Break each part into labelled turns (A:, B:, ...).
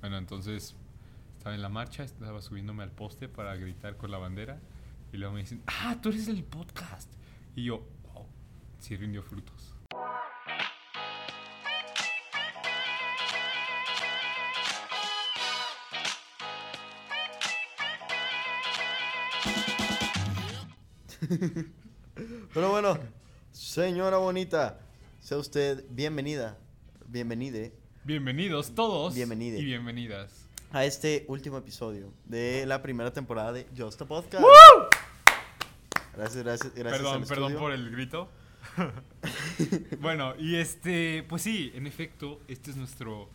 A: Bueno, entonces estaba en la marcha, estaba subiéndome al poste para gritar con la bandera. Y luego me dicen, ah, tú eres el podcast. Y yo, wow, sí rindió frutos.
B: Pero bueno, señora bonita, sea usted bienvenida, bienvenide
A: Bienvenidos todos.
B: Bienvenide.
A: Y bienvenidas.
B: a este último episodio de la primera temporada de Just a Podcast. Gracias, gracias, gracias.
A: perdón,
B: al
A: perdón
B: estudio.
A: por el grito. bueno, y este, pues sí, en efecto, este es nuestro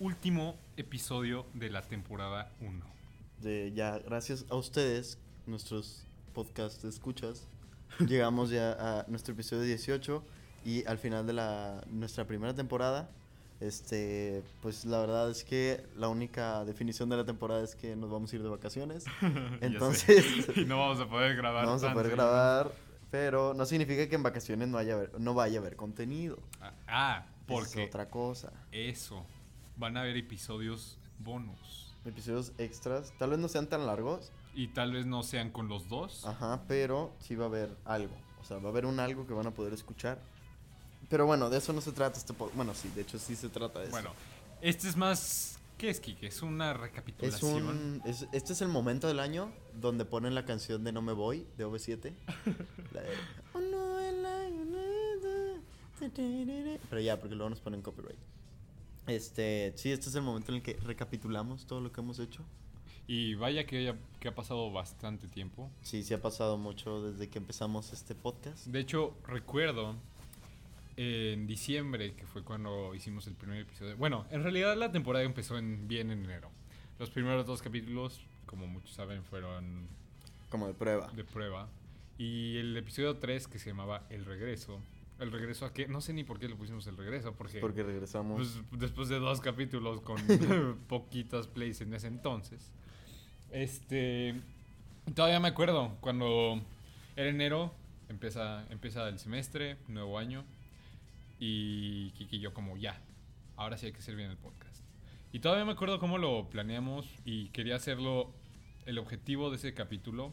A: último episodio de la temporada 1.
B: de- ya, gracias a ustedes, nuestros podcast escuchas, llegamos ya a nuestro episodio 18 y al final de la, nuestra primera temporada. Este, pues la verdad es que la única definición de la temporada es que nos vamos a ir de vacaciones. Entonces,
A: y no vamos a poder grabar.
B: no vamos a
A: tan
B: poder
A: seguido.
B: grabar, pero no significa que en vacaciones no, haya, haber- no vaya a haber contenido.
A: Ah, Ah,
B: Porque
A: porque
B: es otra cosa.
A: eso. Van a haber episodios bonus.
B: Episodios extras, tal vez no sean tan largos,
A: Y tal vez no sean con los dos.
B: Ajá, pero sí va a haber algo. O sea, va a haber un algo que van a poder escuchar. Pero bueno, de eso no se trata este podcast. Bueno, sí, de hecho sí se trata de eso.
A: bueno, este es más. ¿Qué es, Kike? Es una
B: es
A: recapitulación.
B: un, es- este es el momento del año donde ponen la canción de No Me Voy de OV7. La de, "Oh, no, el año nuevo". Pero ya, porque luego nos ponen copyright. Este, sí, este es el momento en el que recapitulamos todo lo que hemos hecho.
A: Y vaya que, haya- que ha pasado bastante tiempo.
B: Sí, sí ha pasado mucho desde que empezamos este podcast.
A: De hecho, recuerdo en diciembre, que fue cuando hicimos el primer episodio. Bueno, en realidad la temporada empezó en, bien en enero. Los primeros dos capítulos, como muchos saben, fueron
B: Como de prueba.
A: de prueba. Y el episodio 3, que se llamaba El Regreso. ¿El regreso a qué? No sé ni por qué le pusimos el regreso, porque,
B: Porque regresamos.
A: pues, después de dos capítulos con poquitas plays en ese entonces. Este. Todavía me acuerdo cuando era enero, empieza, empieza el semestre, nuevo año. Y Kiki y yo, como ya, ahora sí hay que hacer bien el podcast. Y todavía me acuerdo cómo lo planeamos y quería hacerlo. El objetivo de ese capítulo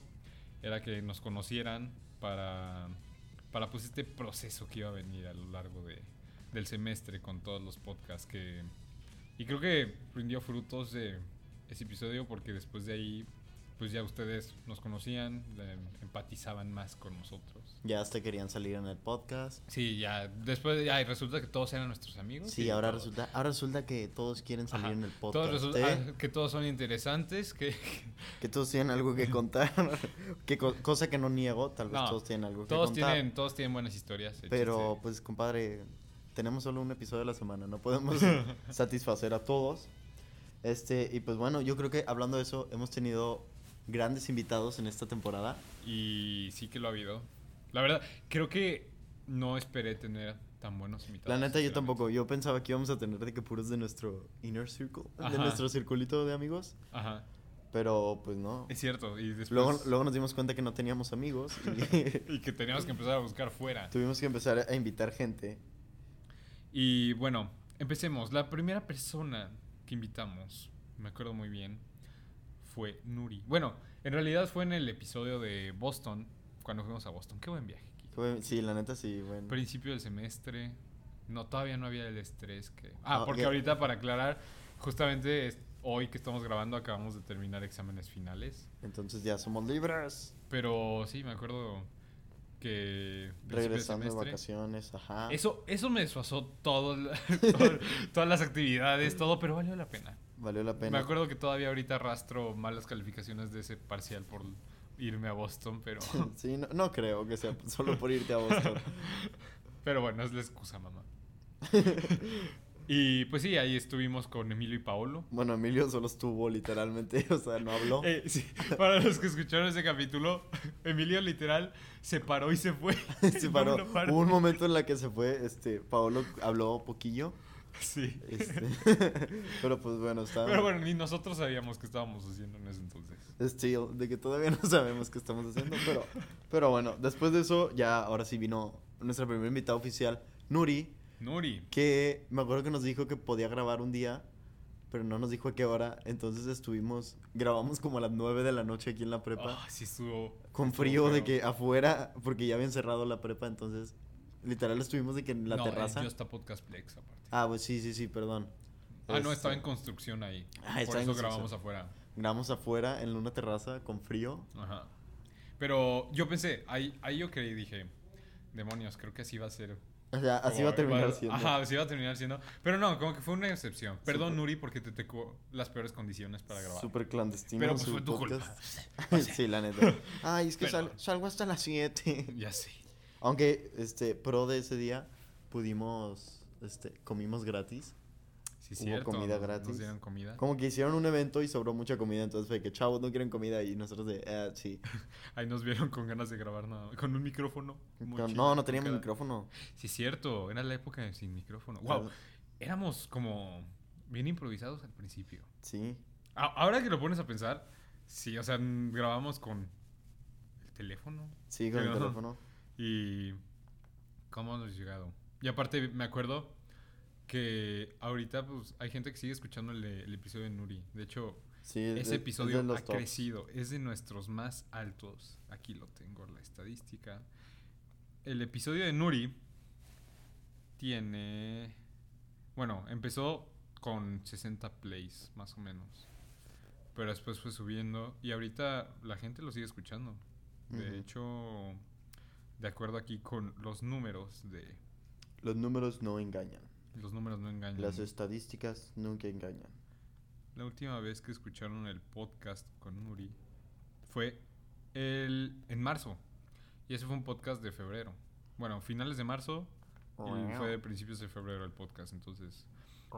A: era que nos conocieran para, para pues este proceso que iba a venir a lo largo de, del semestre con todos los podcasts que... Y creo que rindió frutos de ese episodio porque después de ahí pues ya ustedes nos conocían, eh, empatizaban más con nosotros.
B: Ya hasta querían salir en el podcast.
A: Sí, ya después ya, y resulta que todos eran nuestros amigos.
B: Sí,
A: y
B: ahora
A: todo.
B: resulta, ahora resulta que todos quieren salir
A: Ajá.
B: en el podcast.
A: Todos resulta-
B: ¿eh?
A: ah, que todos son interesantes, que
B: Que todos tienen algo que contar. que co- cosa que no niego, tal vez
A: No,
B: todos tienen algo
A: todos
B: que contar.
A: tienen todos tienen buenas historias. el
B: pero
A: chiste.
B: pues compadre, tenemos solo un episodio a la semana, no podemos satisfacer a todos. Este, y pues bueno, yo creo que hablando de eso, hemos tenido grandes invitados en esta temporada.
A: Y sí que lo ha habido. La verdad, creo que no esperé tener tan buenos invitados. este
B: La neta, yo
A: sinceramente.
B: tampoco. Yo pensaba que íbamos a tener de que puros de nuestro inner circle, de
A: Ajá.
B: nuestro circulito de amigos.
A: Ajá,
B: Pero pues no.
A: es cierto. Y después.
B: Luego, luego nos dimos cuenta que no teníamos amigos y
A: Y que teníamos que empezar a buscar fuera.
B: tuvimos que empezar a invitar gente.
A: Y bueno, empecemos. La primera persona que invitamos, me acuerdo muy bien, fue Nuri. Bueno, en realidad fue en el episodio de Boston, cuando fuimos a Boston. Qué buen viaje. Kike.
B: Fue- Sí, la neta sí, bueno.
A: principio del semestre. No, todavía no había el estrés que... Ah,
B: No,
A: porque
B: ya-
A: ahorita para aclarar, justamente es- hoy que estamos grabando acabamos de terminar exámenes finales.
B: Entonces ya somos libres.
A: Pero sí, me acuerdo que... principio del
B: Regresando de
A: semestre-
B: vacaciones, ajá.
A: Eso, eso me desfasó todo, el- todo- todas las actividades, todo, pero valió la pena.
B: Valió la
A: Me
B: pena.
A: acuerdo que todavía ahorita arrastro malas calificaciones de ese parcial por irme a Boston, pero,
B: Sí, no, no creo que sea solo por irte a Boston.
A: pero bueno, es la excusa, mamá. Y pues sí, ahí estuvimos con Emilio y Paolo.
B: bueno, Emilio solo estuvo literalmente, o sea, no habló.
A: Eh, sí, para los que escucharon ese capítulo, Emilio literal se paró y se fue.
B: Se
A: No
B: paró.
A: me lo paro.
B: Hubo un momento en la que se fue, este, Paolo habló poquillo.
A: Sí.
B: este, pero pues bueno, estaba.
A: Pero bueno, ni nosotros sabíamos qué estábamos haciendo en ese entonces.
B: Still, de que todavía no sabemos qué estamos haciendo, pero, pero bueno, después de eso ya ahora sí vino nuestra primera invitada oficial, Nuri,
A: Nuri.
B: que me acuerdo que nos dijo que podía grabar un día, pero no nos dijo a qué hora. Entonces estuvimos, grabamos como a las 9 de la noche aquí en la prepa.
A: Ah, sí estuvo.
B: con
A: estuvo
B: frío de
A: feo.
B: que afuera, porque ya habían cerrado la prepa, entonces literal estuvimos de que en la
A: No, eh,
B: terraza.
A: Yo está Podcast Plex aparte.
B: Ah, pues sí, sí, sí, perdón.
A: Ah, no,
B: Este,
A: estaba en construcción ahí.
B: Ah,
A: Por
B: estaba en
A: eso
B: construcción.
A: grabamos afuera.
B: Grabamos afuera en una terraza con frío.
A: Ajá. Pero yo pensé, ahí, ahí yo creí, dije, demonios, creo que así va a ser.
B: O sea, así
A: Como
B: va a terminar
A: va-
B: siendo.
A: Ajá, así va a terminar siendo. Pero no, como que fue una excepción. Perdón,
B: Súper.
A: Nuri, porque te tocó las peores condiciones para grabar.
B: Súper clandestino.
A: Pero pues
B: su
A: fue tu
B: podcast. sí, la neta. Ay, es que sal-
A: Perdón.
B: salgo hasta las 7.
A: Ya sé.
B: Aunque, este, pro de ese día, pudimos, este, comimos gratis.
A: Sí,
B: Hubo
A: cierto.
B: comida
A: nos-
B: gratis.
A: Nos dieron comida.
B: Como que hicieron un evento y sobró mucha comida, entonces fue que chavos no quieren comida y nosotros de, "Ah, sí.
A: Ahí nos vieron con ganas de grabar nada. Con un micrófono. muy
B: Pero
A: chido,
B: no, no
A: con
B: teníamos
A: cada-
B: micrófono.
A: Sí, cierto. Era la época de sin micrófono. Wow. Éramos como bien improvisados al principio.
B: Sí.
A: A- ahora que lo pones a pensar, sí, o sea, mm, grabamos con el teléfono
B: Sí, con el
A: Pero-
B: teléfono.
A: y cómo hemos llegado. Y aparte me acuerdo que ahorita pues hay gente que sigue escuchando el, de- el episodio de Nuri. De hecho,
B: Sí, es
A: ese
B: de- es
A: episodio
B: de los
A: ha
B: tops.
A: crecido, es de nuestros más altos. Aquí lo tengo la estadística. El episodio de Nuri tiene bueno, empezó con 60 plays más o menos. Pero después fue subiendo y ahorita la gente lo sigue escuchando. De
B: Ujú.
A: hecho, de acuerdo aquí con los números de
B: Los números no engañan.
A: los números no engañan.
B: Las estadísticas nunca engañan.
A: La última vez que escucharon el podcast con Nuri fue el, en marzo. Y ese fue un podcast de febrero. Bueno, finales de marzo
B: Oh,
A: y fue de principios de febrero el podcast. Entonces,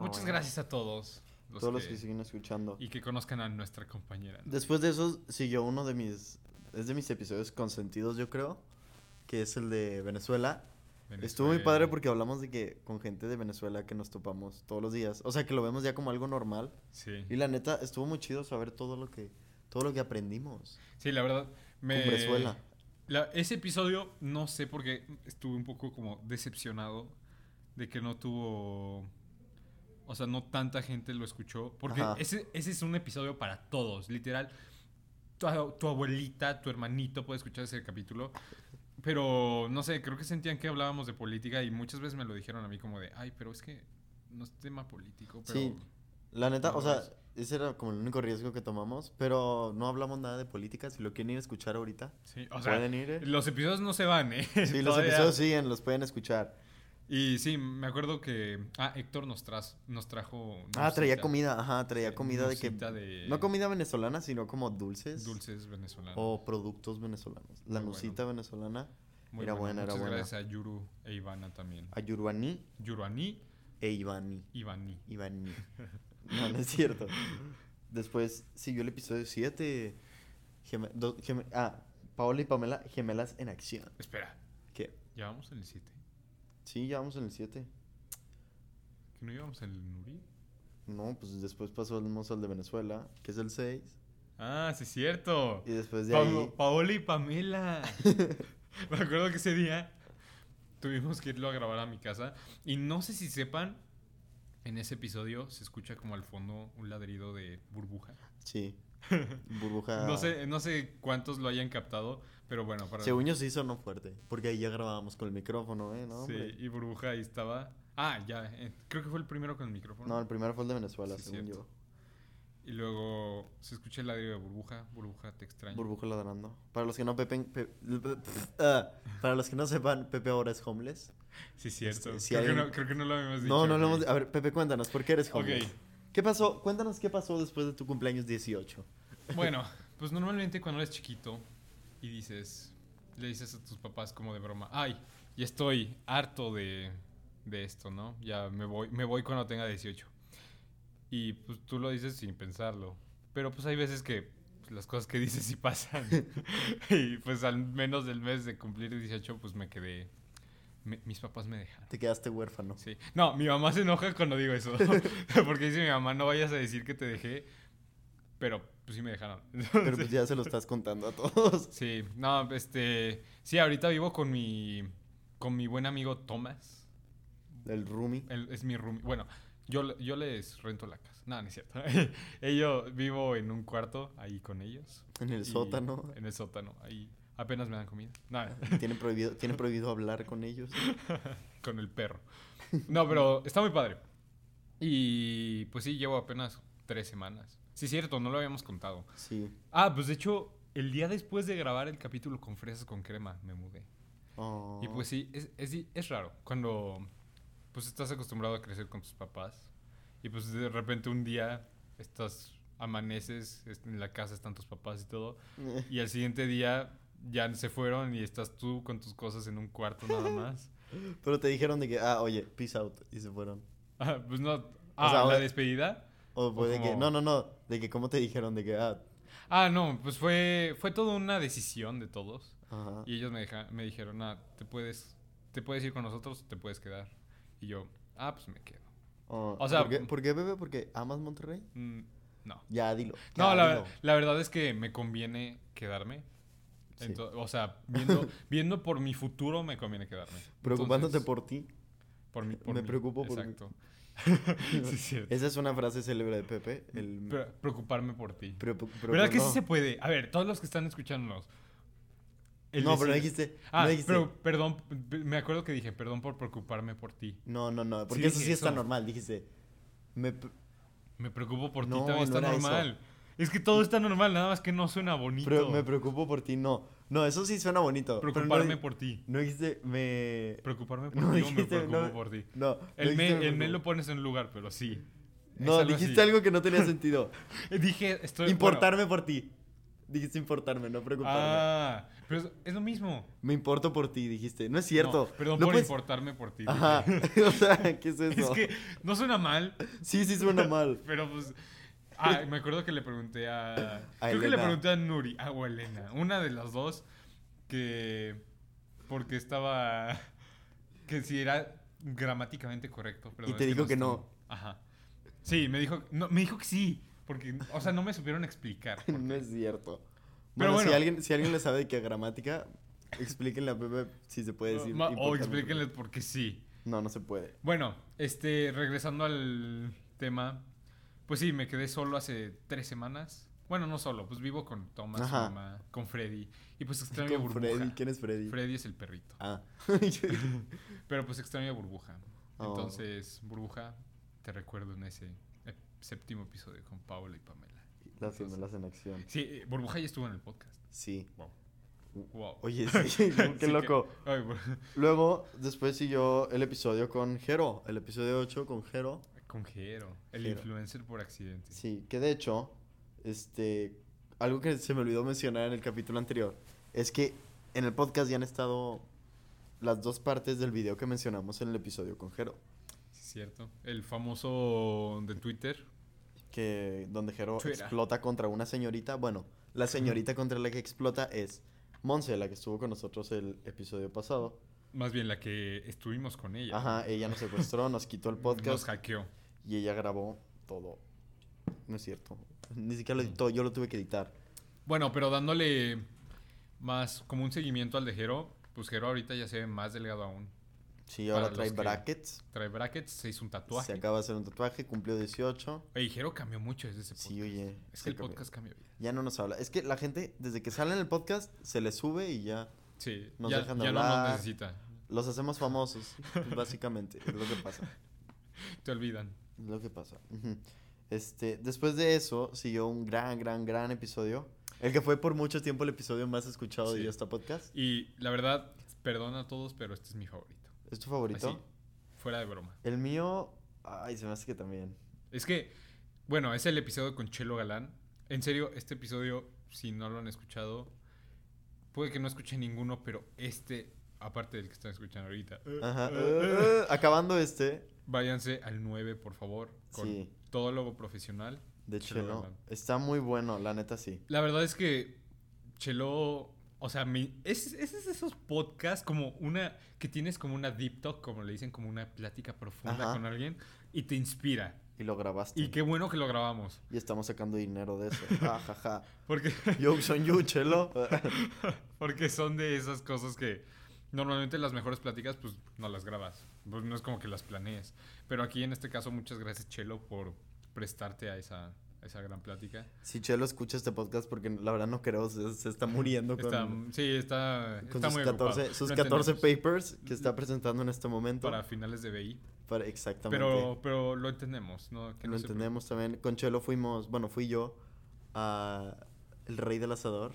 A: muchas gracias a todos. los
B: Todos los
A: que-
B: que siguen escuchando.
A: Y que conozcan a nuestra compañera. ¿no?
B: Después de eso siguió uno de mis... Es de mis episodios consentidos, yo creo. Que es el de Venezuela. Estuvo muy padre
A: Venezuela.
B: porque hablamos de que con gente de Venezuela que nos topamos todos los días. O sea, que lo vemos ya como algo normal.
A: Sí.
B: Y la neta, estuvo muy chido saber todo lo que, todo lo que aprendimos
A: Sí, la verdad. Me...
B: con Venezuela.
A: La- ese episodio, no sé por qué estuve un poco como decepcionado de que no tuvo. O sea, no tanta gente lo escuchó. Porque
B: Ajá.
A: ese, ese es un episodio para todos, literal. Tu, a- tu abuelita, tu hermanito puede escuchar ese capítulo. Pero no sé, creo que sentían que hablábamos de política y muchas veces me lo dijeron a mí como de, ay, pero es que no es tema político, pero.
B: Sí. La neta,
A: No,
B: o sea,
A: es-
B: ese era como el único riesgo que tomamos, pero no hablamos nada de política. Si lo quieren ir a escuchar ahorita,
A: Sí, o sea,
B: pueden ir. ¿eh?
A: los episodios no se van, ¿eh?
B: Sí, los
A: Todavía-
B: episodios siguen, los pueden escuchar.
A: Y sí, me acuerdo que. Ah, Héctor nos, tras, nos trajo.
B: ah, traía
A: nucita,
B: comida, ajá, traía
A: Sí,
B: comida de que...
A: nucita de-
B: No Oh, comida venezolana, sino como dulces.
A: Dulces venezolanos.
B: O productos venezolanos. La
A: Muy bueno.
B: nucita venezolana,
A: Muy
B: era buena, era
A: Muchas
B: buena.
A: gracias a Yuru e Ivana también.
B: ayurbaní
A: Yuruaní,
B: e Ivani.
A: Ivani.
B: Ivani. No, no es cierto. Después siguió el episodio 7. Geme- do- geme- ah, Paola y Pamela, gemelas en acción.
A: Espera,
B: ¿Qué?
A: ¿llevamos el 7?
B: Sí, ya vamos en el 7.
A: ¿Que no llevamos el Nuri?
B: No, pues después pasamos al de Venezuela, que es el 6.
A: Ah, sí, es cierto.
B: Y después de
A: Pablo-
B: ahí.
A: Paola y Pamela. me acuerdo que ese día tuvimos que irlo a grabar a mi casa. Y no sé si sepan, en ese episodio se escucha como al fondo un ladrido de burbuja.
B: Sí. Burbuja.
A: No sé, no sé cuántos lo hayan captado, pero bueno, para
B: Según yo sí sonó fuerte. Porque ahí ya grabábamos con el micrófono, ¿eh? No,
A: Sí,
B: hombre.
A: y Burbuja ahí estaba. Ah, ya, eh, creo que fue el primero con el micrófono.
B: No, el primero fue el de Venezuela,
A: Sí,
B: según
A: cierto.
B: yo.
A: Y luego se escucha el audio de Burbuja, Burbuja te extraño.
B: Burbuja ladrando. Para los que no pepen, pe- ah, para los que no sepan, Pepe ahora es homeless.
A: sí, cierto.
B: Este, si
A: creo, que
B: alguien-
A: no, creo que no lo habíamos dicho.
B: No, no lo
A: güey.
B: hemos. A ver, Pepe, cuéntanos, ¿por qué eres homeless?
A: Ok.
B: ¿Qué pasó? Cuéntanos qué pasó después de tu cumpleaños 18.
A: Bueno, pues normalmente cuando eres chiquito y dices, le dices a tus papás como de broma, ay, ya estoy harto de, de esto, ¿no? Ya me voy, me voy cuando tenga 18. Y pues tú lo dices sin pensarlo. Pero pues hay veces que pues, las cosas que dices sí pasan. y pues al menos del mes de cumplir 18, pues me quedé, me- mis papás me dejaron.
B: Te quedaste huérfano.
A: Sí. No, mi mamá se enoja cuando digo eso. Porque dice mi mamá, no vayas a decir que te dejé. Pero pues sí me dejaron.
B: Pero pues ya se lo estás contando a todos.
A: Sí, no, este. Sí, ahorita vivo con mi. Con mi buen amigo Thomas.
B: El Rumi.
A: Él es mi roomie. Bueno, Yo, le- yo les rento la casa. No, no es cierto. Ello, vivo en un cuarto ahí con ellos.
B: En el
A: y-
B: sótano.
A: En el sótano. Ahí apenas me dan comida. No,
B: Tienen prohibido, tienen prohibido hablar con ellos.
A: con el perro. No, pero está muy padre. Y pues sí, llevo apenas tres semanas. Sí, cierto, no lo habíamos contado.
B: Sí.
A: Ah, pues de hecho, el día después de grabar el capítulo con fresas con crema, me mudé.
B: Oh.
A: Y pues sí, es, es, di- es raro. Cuando pues estás acostumbrado a crecer con tus papás y pues de repente un día estás, amaneces, est- en la casa están tus papás y todo. Y al siguiente día ya se fueron y estás tú con tus cosas en un cuarto nada más.
B: Pero te dijeron de que, ah, oye, peace out. Y se fueron.
A: Ah, pues no. Ah,
B: sea,
A: la
B: ahora-
A: despedida.
B: O fue de que,
A: como-
B: no, no, no. De que, ¿cómo te dijeron de que, ah,
A: Ah, no, pues fue, fue toda una decisión de todos.
B: ajá.
A: Y ellos me, deja- me dijeron, ah, te puedes, te puedes ir con nosotros, te puedes quedar. Y yo, ah, pues me quedo.
B: Oh,
A: o sea,
B: ¿por qué, por qué, bebé? ¿Porque amas Monterrey?
A: Mm, no.
B: Ya, dilo.
A: No,
B: ya,
A: la,
B: dilo.
A: la verdad es que me conviene quedarme.
B: Sí.
A: Ento- o sea, viendo, viendo por mi futuro me conviene quedarme.
B: Preocupándote
A: Entonces,
B: por ti.
A: por mi- por
B: me
A: mí,
B: preocupo por Eh, mí.
A: Exacto. Sí, es cierto.
B: Esa es una frase célebre de Pepe. El...
A: Pre- preocuparme por ti.
B: pre- pre- pre-
A: ¿Verdad que
B: no.
A: sí se puede? A ver, todos los que están escuchándonos. el
B: No, pero no
A: decir-
B: dijiste.
A: Ah,
B: no, dijiste.
A: pero perdón, p- me acuerdo que dije, perdón por preocuparme por ti.
B: no, no, no. Porque
A: Sí
B: eso
A: dije
B: sí está
A: eso.
B: normal. Dijiste. Me... pre-
A: Me preocupo por
B: No,
A: ti, también
B: no
A: está
B: era eso.
A: normal. Es que todo está normal, nada más que no suena bonito.
B: pre- me preocupo por ti. No. No, eso sí suena bonito. pero no
A: preocuparme
B: di-
A: por ti.
B: No dijiste. Me.
A: Preocuparme por ti
B: No
A: o me
B: dijiste.
A: preocupo
B: no,
A: por ti.
B: No. no
A: El me,
B: dijiste me
A: el me lo
B: preocupo.
A: pones en un lugar, pero sí. Es
B: No,
A: algo
B: dijiste
A: así. Eh,
B: algo que no tenía sentido.
A: Dije, estoy.
B: importarme por ti. Dijiste importarme, no
A: bueno,
B: preocuparme.
A: ah, pero es, es lo mismo.
B: Me importo por ti, dijiste. No es cierto.
A: No, perdón
B: No
A: por
B: puedes-
A: importarme por ti.
B: Ajá. o sea, ¿qué es
A: Es
B: eso?
A: que no suena mal,
B: Sí, sí suena mal.
A: pero pues. Ah, me acuerdo que le pregunté a. creo que le
B: Elena.
A: pregunté a Nuri, ah, o a Elena. Una de las dos que. Porque estaba. Que si era gramáticamente correcto. perdón,
B: Y te
A: es
B: dijo que no.
A: estoy- Ajá. Sí, me dijo, no, me dijo que sí. Porque, o sea, no me supieron explicar. por
B: No
A: qué.
B: es cierto.
A: Pero
B: Bueno,
A: bueno.
B: Si, alguien, si alguien le sabe de qué gramática, explíquenle a Pepe si se puede decir.
A: Ma- o
B: importarme por ti.
A: explíquenle por qué sí.
B: No, no se puede.
A: Bueno, este, regresando al tema, pues sí, me quedé solo hace tres semanas. Bueno, no solo, pues vivo con Thomas, su
B: Ajá.
A: mamá, con Freddy. Y pues extraño a
B: Con
A: Burbuja.
B: Freddy. ¿Quién es Freddy?
A: Freddy es el perrito.
B: Ah.
A: Pero pues extraño a Burbuja.
B: Oh.
A: Entonces, Burbuja, te recuerdo en ese eh, séptimo episodio con Paola y Pamela.
B: Las gemelas en acción.
A: Sí, eh, Burbuja ya estuvo en el podcast.
B: Sí.
A: Wow. Wow.
B: Oye, sí,
A: Así
B: qué
A: que-
B: loco.
A: Ay, Bur-
B: Luego, después siguió el episodio con Jero. El episodio 8 con Jero.
A: con Jero, el
B: Jero.
A: influencer por accidente.
B: Sí, que de hecho, este, algo que se me olvidó mencionar en el capítulo anterior es que en el podcast ya han estado las dos partes del video que mencionamos en el episodio con Jero,
A: Sí, cierto. El famoso de Twitter.
B: que donde Jero
A: Twitter.
B: explota contra una señorita, bueno, la señorita contra la que explota es Monse, la que estuvo con nosotros el episodio pasado.
A: Más bien la que estuvimos con ella.
B: Ajá, ella nos secuestró, nos quitó el
A: Nos
B: podcast
A: hackeó.
B: y ella grabó todo. No es cierto. Ni siquiera lo editó, yo lo tuve que editar.
A: Bueno, pero dándole más como un seguimiento al de Jero, pues Jero ahorita ya se ve más delgado aún.
B: Sí,
A: Para
B: ahora trae
A: los que-
B: brackets.
A: Trae brackets, se hizo un
B: Se
A: tatuaje.
B: acaba de hacer un tatuaje, cumplió 18.
A: Ey, Jero cambió mucho desde ese podcast.
B: Sí, oye.
A: es
B: se
A: que el
B: cambió.
A: podcast cambió vida.
B: Ya no nos habla. Es que la gente, desde que sale en el podcast, se les sube y ya
A: Sí,
B: Nos
A: ya,
B: dejan de
A: ya no
B: hablar.
A: nos necesita.
B: los hacemos famosos. básicamente, es lo que pasa.
A: Te olvidan.
B: Es lo que pasa. Ujú. Este, después de eso, siguió un gran, gran, gran episodio. El que fue por mucho tiempo el episodio más escuchado
A: Sí.
B: de esta podcast.
A: Y la verdad, perdón a todos, pero este es mi favorito.
B: ¿Es tu favorito?
A: Así, fuera de broma.
B: El mío, ay, se me hace que también.
A: Es que, bueno, es el episodio con Chelo Galán. En serio, este episodio, si no lo han escuchado, puede que no escuchen ninguno, pero este, aparte del que están escuchando ahorita, eh,
B: Ajá.
A: eh, eh,
B: Eh, acabando este,
A: váyanse al 9, por favor, con
B: Sí.
A: todo logo profesional.
B: de
A: Chelo
B: Chelo.
A: Galán.
B: Está muy bueno, la neta sí.
A: La verdad es que Chelo, o sea, mi- es, es de esos podcasts como una, que tienes como una deep talk, como le dicen, como una plática profunda
B: Ajá.
A: con alguien y te inspira.
B: Y lo grabaste.
A: Y qué bueno que lo grabamos.
B: Y estamos sacando dinero de eso. Ja, ja, ja.
A: Porque
B: Yo son you, chelo.
A: Porque son de esas cosas que normalmente las mejores pláticas, pues no las grabas. Pues, no es como que las planees. Pero aquí en este caso, muchas gracias, Chelo, por prestarte a esa, a esa gran plática.
B: Si Chelo escucha este podcast, porque la verdad no creo, se, se está muriendo con,
A: Está- sí, está,
B: con
A: está
B: sus
A: muy
B: 14,
A: ocupado.
B: sus
A: Lo
B: 14
A: entendemos.
B: papers que está presentando en este momento.
A: Para finales de BI.
B: Para- exactamente.
A: Pero, pero lo entendemos, ¿no? Que
B: lo
A: no se preocupen.
B: entendemos también. Con Chelo fuimos, bueno, fui yo a El Rey del Asador.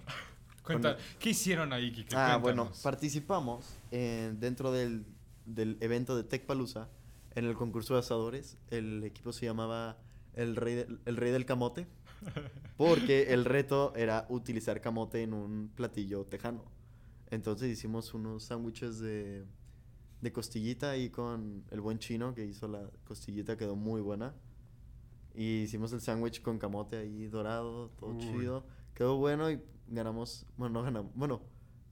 A: Cuenta,
B: Con-
A: ¿Qué hicieron ahí, Kike?
B: Ah, bueno,
A: Cuéntanos.
B: participamos en- dentro del, del evento de Tecpalusa en el concurso de asadores. El equipo se llamaba el Rey, del- el Rey del Camote, porque el reto era utilizar camote en un platillo tejano. Entonces hicimos unos sándwiches de, de costillita y con el buen chino que hizo la costillita, quedó muy buena. Y hicimos el sándwich con camote ahí dorado, todo
A: Uy.
B: chido. Quedó bueno y ganamos. Bueno, no ganamos. Bueno,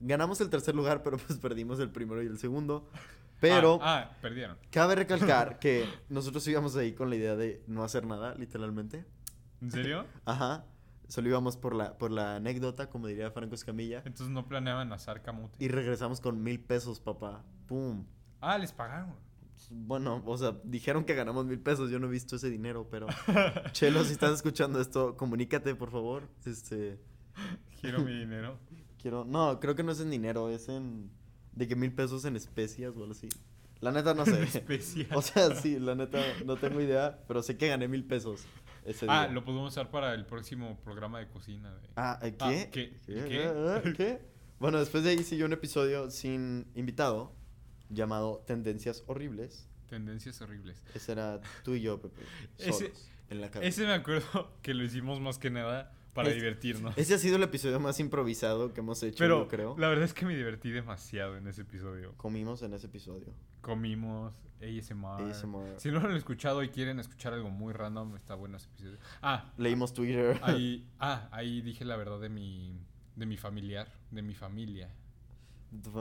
B: ganamos el tercer lugar, pero pues perdimos el primero y el segundo. Pero
A: Ah, ah, perdieron.
B: cabe recalcar que nosotros íbamos ahí con la idea de no hacer nada, literalmente.
A: ¿En serio?
B: Ajá. Solo íbamos por la, por la anécdota, como diría Franco Escamilla.
A: Entonces no planeaban asar camote.
B: Y regresamos con mil pesos, papá. ¡Pum!
A: Ah, les pagaron.
B: Bueno, o sea, dijeron que ganamos mil pesos. Yo no he visto ese dinero, pero. Chelo, si estás escuchando esto, comunícate, por favor. Este.
A: Quiero mi dinero.
B: Quiero. No, creo que no es en dinero, es en. De que mil pesos en especias o algo así. La neta no sé.
A: Especial.
B: o sea, sí, la neta no tengo idea, pero sé que gané mil pesos ese día.
A: ah, lo podemos usar para el próximo programa de cocina. de-
B: Ah, ¿eh,
A: Ah,
B: ¿qué?
A: ¿qué?
B: ¿Qué?
A: ¿Qué?
B: Ah, ah, ¿qué? Bueno, después de ahí siguió un episodio sin invitado llamado Tendencias Horribles.
A: Tendencias horribles.
B: Ese era tú y yo, Pepe.
A: Ese-
B: solos, en la cabina.
A: Ese me acuerdo que lo hicimos más que nada para
B: Es-
A: divertirnos.
B: Ese ha sido el episodio más improvisado que hemos hecho,
A: Pero
B: yo creo.
A: la verdad es que me divertí demasiado en ese episodio.
B: Comimos en ese episodio.
A: Comimos, ASMR.
B: ASMR.
A: Si no lo han escuchado y quieren escuchar algo muy random, está bueno ese episodio. Ah,
B: Leímos Twitter.
A: ahí, ah, ahí dije la verdad de mi, de mi familiar, de mi familia,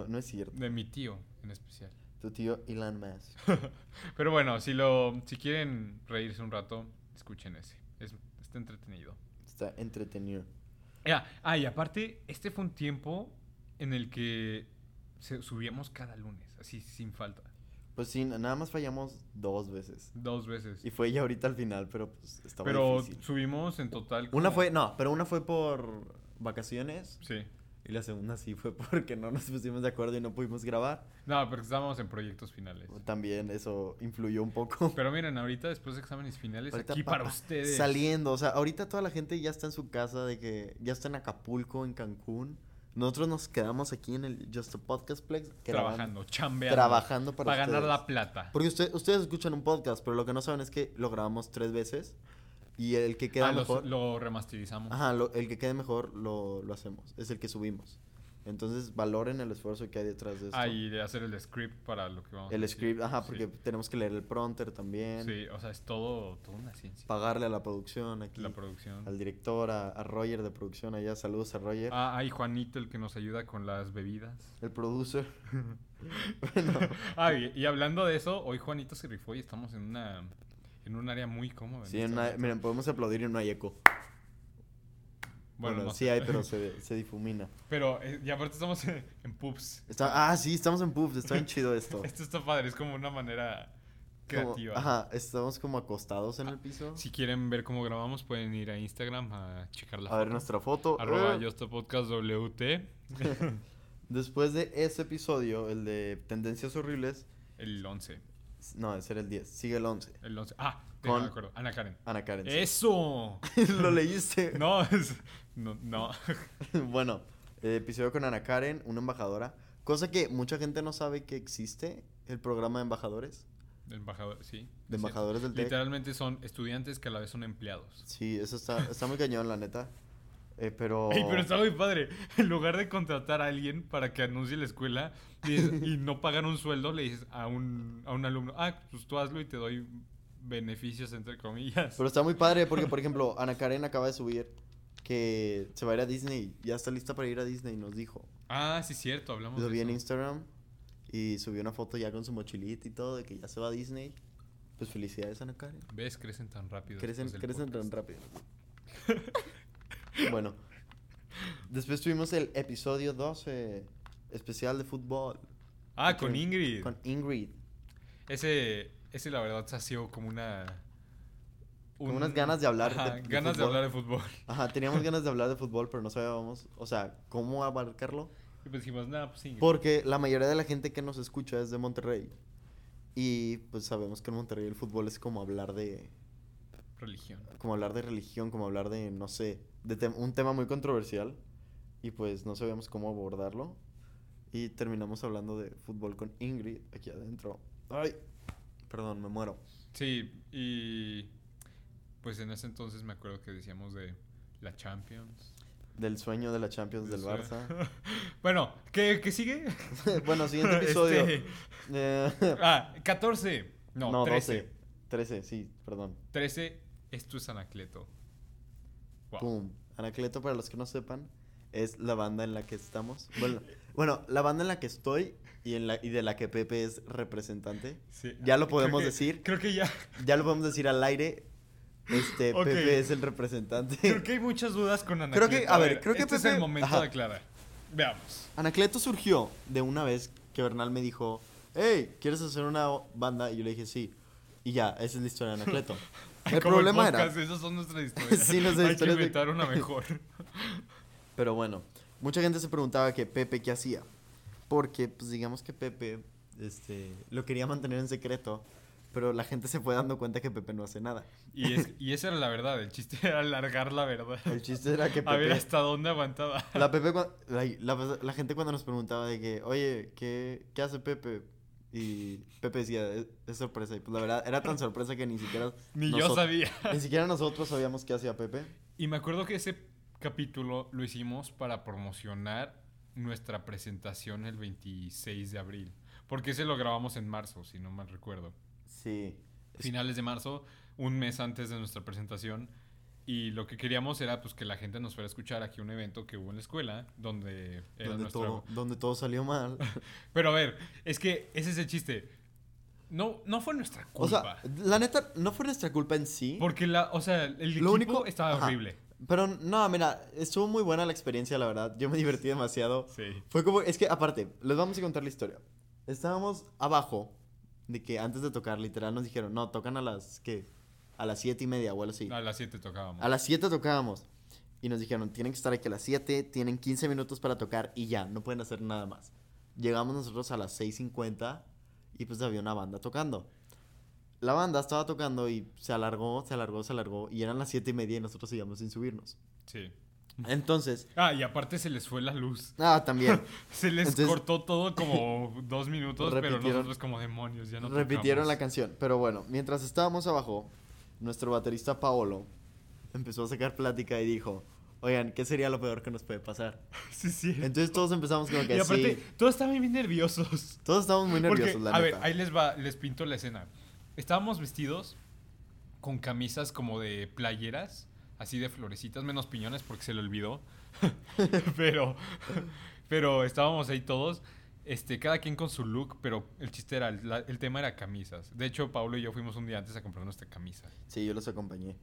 B: No es cierto.
A: de mi tío en especial.
B: Tu tío Elon Musk.
A: Pero bueno, si lo, si quieren reírse un rato, escuchen ese. Es- está entretenido.
B: Está entretenido.
A: Ya, ah, y aparte, este fue un tiempo en el que se- subíamos cada lunes, así sin falta.
B: Pues sí, nada más fallamos dos veces.
A: Dos veces.
B: Y fue ya ahorita al final, pero pues estaba
A: Pero
B: difícil.
A: subimos en total.
B: Una
A: como-
B: fue, no, pero una fue por vacaciones.
A: Sí.
B: Y la segunda sí fue porque no nos pusimos de acuerdo y no pudimos grabar.
A: No, pero estábamos en proyectos finales.
B: También eso influyó un poco.
A: Pero miren, ahorita después de exámenes finales,
B: Ahorita,
A: Pues aquí para
B: papá,
A: ustedes.
B: Saliendo, o sea, ahorita toda la gente ya está en su casa, de que ya está en Acapulco, en Cancún. Nosotros nos quedamos aquí en el Just a Podcast Plex.
A: Trabajando, chambeando.
B: Trabajando para,
A: Para ganar
B: ustedes.
A: la plata.
B: Porque usted- ustedes escuchan un podcast, pero lo que no saben es que lo grabamos tres veces y el que queda
A: Ah, los-
B: mejor,
A: lo remasterizamos.
B: ajá, lo- el que quede mejor lo, lo hacemos, es el que subimos. Entonces valoren el esfuerzo que hay detrás de esto.
A: Ah, y de hacer el script para lo que vamos a
B: el
A: decir.
B: script, ajá,
A: Sí.
B: porque tenemos que leer el prompter también,
A: Sí, o sea, es todo, toda una ciencia.
B: pagarle a la producción aquí,
A: La producción.
B: al director, a, a Roger de producción allá, saludos a Roger,
A: Ah, hay Juanito, el que nos ayuda con las bebidas.
B: el producer.
A: Ah, y, y hablando de eso, hoy Juanito se rifó y estamos en una en un área muy cómoda. en
B: Sí, en
A: este
B: una-
A: momento.
B: miren, podemos aplaudir y no hay eco. Bueno,
A: Bueno, no
B: sí
A: sé.
B: hay, pero se, se difumina.
A: Pero, eh, y aparte estamos en, en pubs.
B: Está, ah, sí, estamos en pubs, está bien chido esto.
A: Esto está padre, es como una manera
B: Como-
A: creativa. Ah,
B: ajá, estamos como acostados en el piso.
A: Si quieren ver cómo grabamos, pueden ir a Instagram a checar la
B: A ver
A: foto.
B: nuestra foto.
A: Arroba
B: Eh,
A: yo este podcast WT.
B: Después de ese episodio, el de Tendencias Horribles,
A: El 11.
B: no, ese era el 10, sigue el 11.
A: El 11. Ah,
B: Con-
A: no me acuerdo. Ana Karen.
B: Ana Karen. sí.
A: ¡Eso!
B: Lo leíste.
A: No, es- no, no.
B: bueno, eh, episodio con Ana Karen, una embajadora. Cosa que mucha gente no sabe que existe el programa de embajadores.
A: Embajador, sí.
B: De
A: es cierto.
B: embajadores del TEC.
A: Literalmente son estudiantes que a la vez son empleados.
B: Sí, eso está, está muy cañón, la neta. Eh, pero...
A: Ey, pero está muy padre. En lugar de contratar a alguien para que anuncie la escuela dices- y, no pagan un sueldo, le dices a un, a un alumno, ah, pues tú hazlo y te doy beneficios, entre comillas.
B: Pero está muy padre porque, por ejemplo, Ana Karen acaba de subir que se va a ir a Disney. Ya está lista para ir a Disney, nos dijo.
A: ah, sí, cierto, hablamos
B: Lo
A: de
B: vi en
A: eso.
B: Instagram y subió una foto ya con su mochilita y todo de que ya se va a Disney. Pues felicidades, Ana Karen.
A: ¿Ves? Crecen tan rápido.
B: Crecen,
A: después del
B: crecen tan
A: podcast.
B: rápido. bueno, después tuvimos el episodio 12, especial de eh, fútbol.
A: Ah, con Ingrid.
B: Con Ingrid.
A: Ese, ese la verdad, se ha sido como una...
B: Como unas ganas de hablar
A: Ajá,
B: de- de
A: ganas de
B: fútbol.
A: hablar de fútbol.
B: Ajá, teníamos ganas de hablar de fútbol, pero no sabíamos, o sea, cómo abarcarlo.
A: Y pues dijimos, nada, pues sí.
B: Porque la mayoría de la gente que nos escucha es de Monterrey. Y pues sabemos que en Monterrey el fútbol es como hablar de
A: Religión.
B: como hablar de religión, como hablar de no sé, de tem- un tema muy controversial y pues no sabíamos cómo abordarlo y terminamos hablando de fútbol con Ingrid aquí adentro. Ay, perdón, me muero.
A: Sí, y pues en ese entonces me acuerdo que decíamos de la Champions.
B: Del sueño de la Champions del
A: Eso.
B: Barça.
A: bueno, ¿qué, qué sigue?
B: bueno, siguiente episodio.
A: Este,
B: Eh,
A: ah, 14. No, 13.
B: 12. 13, sí, perdón.
A: 13, esto es Anacleto. Wow.
B: Pum. Anacleto, para los que no sepan, es la banda en la que estamos. Bueno, bueno la banda en la que estoy y, en la, y de la que Pepe es representante.
A: Sí,
B: Ya lo
A: creo
B: podemos
A: que-
B: decir.
A: Creo que ya.
B: Ya lo podemos decir al aire. Este,
A: Ok.
B: Pepe es el representante.
A: Creo que hay muchas dudas con Anacleto.
B: Creo que- a ver, creo que
A: este es
B: Pepe-
A: el momento
B: ajá.
A: de aclarar. Veamos.
B: Anacleto surgió de una vez que Bernal me dijo, hey, ¿quieres hacer una o- banda? Y yo le dije, sí. Y ya, esa es la historia de Anacleto. El
A: Como
B: problema era...
A: podcast, Esas son nuestras historias.
B: Sí, nuestras
A: Hay que
B: historias de-
A: inventar una mejor.
B: Pero bueno, mucha gente se preguntaba que Pepe qué hacía. Porque, pues digamos que Pepe este, lo quería mantener en secreto. Pero la gente se fue dando cuenta que Pepe no hace nada.
A: Y, es- y esa era la verdad. El chiste era alargar la verdad.
B: El chiste era que
A: A ver
B: Pepe.
A: hasta dónde aguantaba.
B: La, Pepe cua- la, la- la gente cuando nos preguntaba de que, oye, ¿qué, qué hace Pepe? Y Pepe decía, es, es sorpresa. Y pues la verdad, era tan sorpresa que ni siquiera.
A: Ni yo
B: nosot-
A: sabía.
B: Ni siquiera nosotros sabíamos qué hacía Pepe.
A: Y me acuerdo que ese capítulo lo hicimos para promocionar nuestra presentación el 26 de abril. Porque ese lo grabamos en marzo, si no mal recuerdo.
B: Sí. Es-
A: Finales de marzo, un mes antes de nuestra presentación. Y lo que queríamos era pues que la gente nos fuera a escuchar aquí un evento que hubo en la escuela, donde era
B: Donde
A: nuestra-
B: todo, donde todo salió mal.
A: Pero a ver, es que ese es el chiste. No, no fue nuestra culpa.
B: O sea, la neta, no fue nuestra culpa en sí.
A: porque la, o sea, el equipo
B: Lo único-
A: estaba
B: ajá.
A: horrible.
B: Pero no, mira, estuvo muy buena la experiencia, la verdad. Yo me divertí demasiado.
A: Sí.
B: Fue como, es que aparte, les vamos a contar la historia. Estábamos abajo de que antes de tocar, literal, nos dijeron, no, tocan a las, ¿qué? A las siete y media o algo así.
A: A las 7 tocábamos.
B: A las 7 tocábamos. Y nos dijeron, tienen que estar aquí a las 7, tienen 15 minutos para tocar y ya, no pueden hacer nada más. Llegamos nosotros a las 6.50 y pues había una banda tocando. La banda estaba tocando y se alargó, se alargó, se alargó y eran las 7 y media y nosotros seguíamos sin subirnos.
A: Sí.
B: Entonces,
A: Ah, y aparte se les fue la luz.
B: ah, también,
A: Se les
B: Entonces-
A: cortó todo como dos minutos, pero
B: Repitieron-
A: nosotros como demonios ya no
B: repitieron la
A: tocamos.
B: canción. Pero bueno, mientras estábamos abajo, nuestro baterista Paolo empezó a sacar plática y dijo, oigan, ¿qué sería lo peor que nos puede pasar?
A: Sí, sí.
B: Entonces todos empezamos como que
A: y aparte,
B: sí.
A: todos estaban bien nerviosos.
B: Todos estábamos muy nerviosos,
A: Porque,
B: la
A: a
B: neta.
A: ver, ahí les va, les pinto la escena. Estábamos vestidos con camisas como de playeras, así de florecitas, menos piñones porque se le olvidó. pero, pero estábamos ahí todos, este, cada quien con su look, pero el chiste era, la- el tema era camisas. De hecho, Pablo y yo fuimos un día antes a comprar nuestra camisa.
B: Sí, yo los acompañé.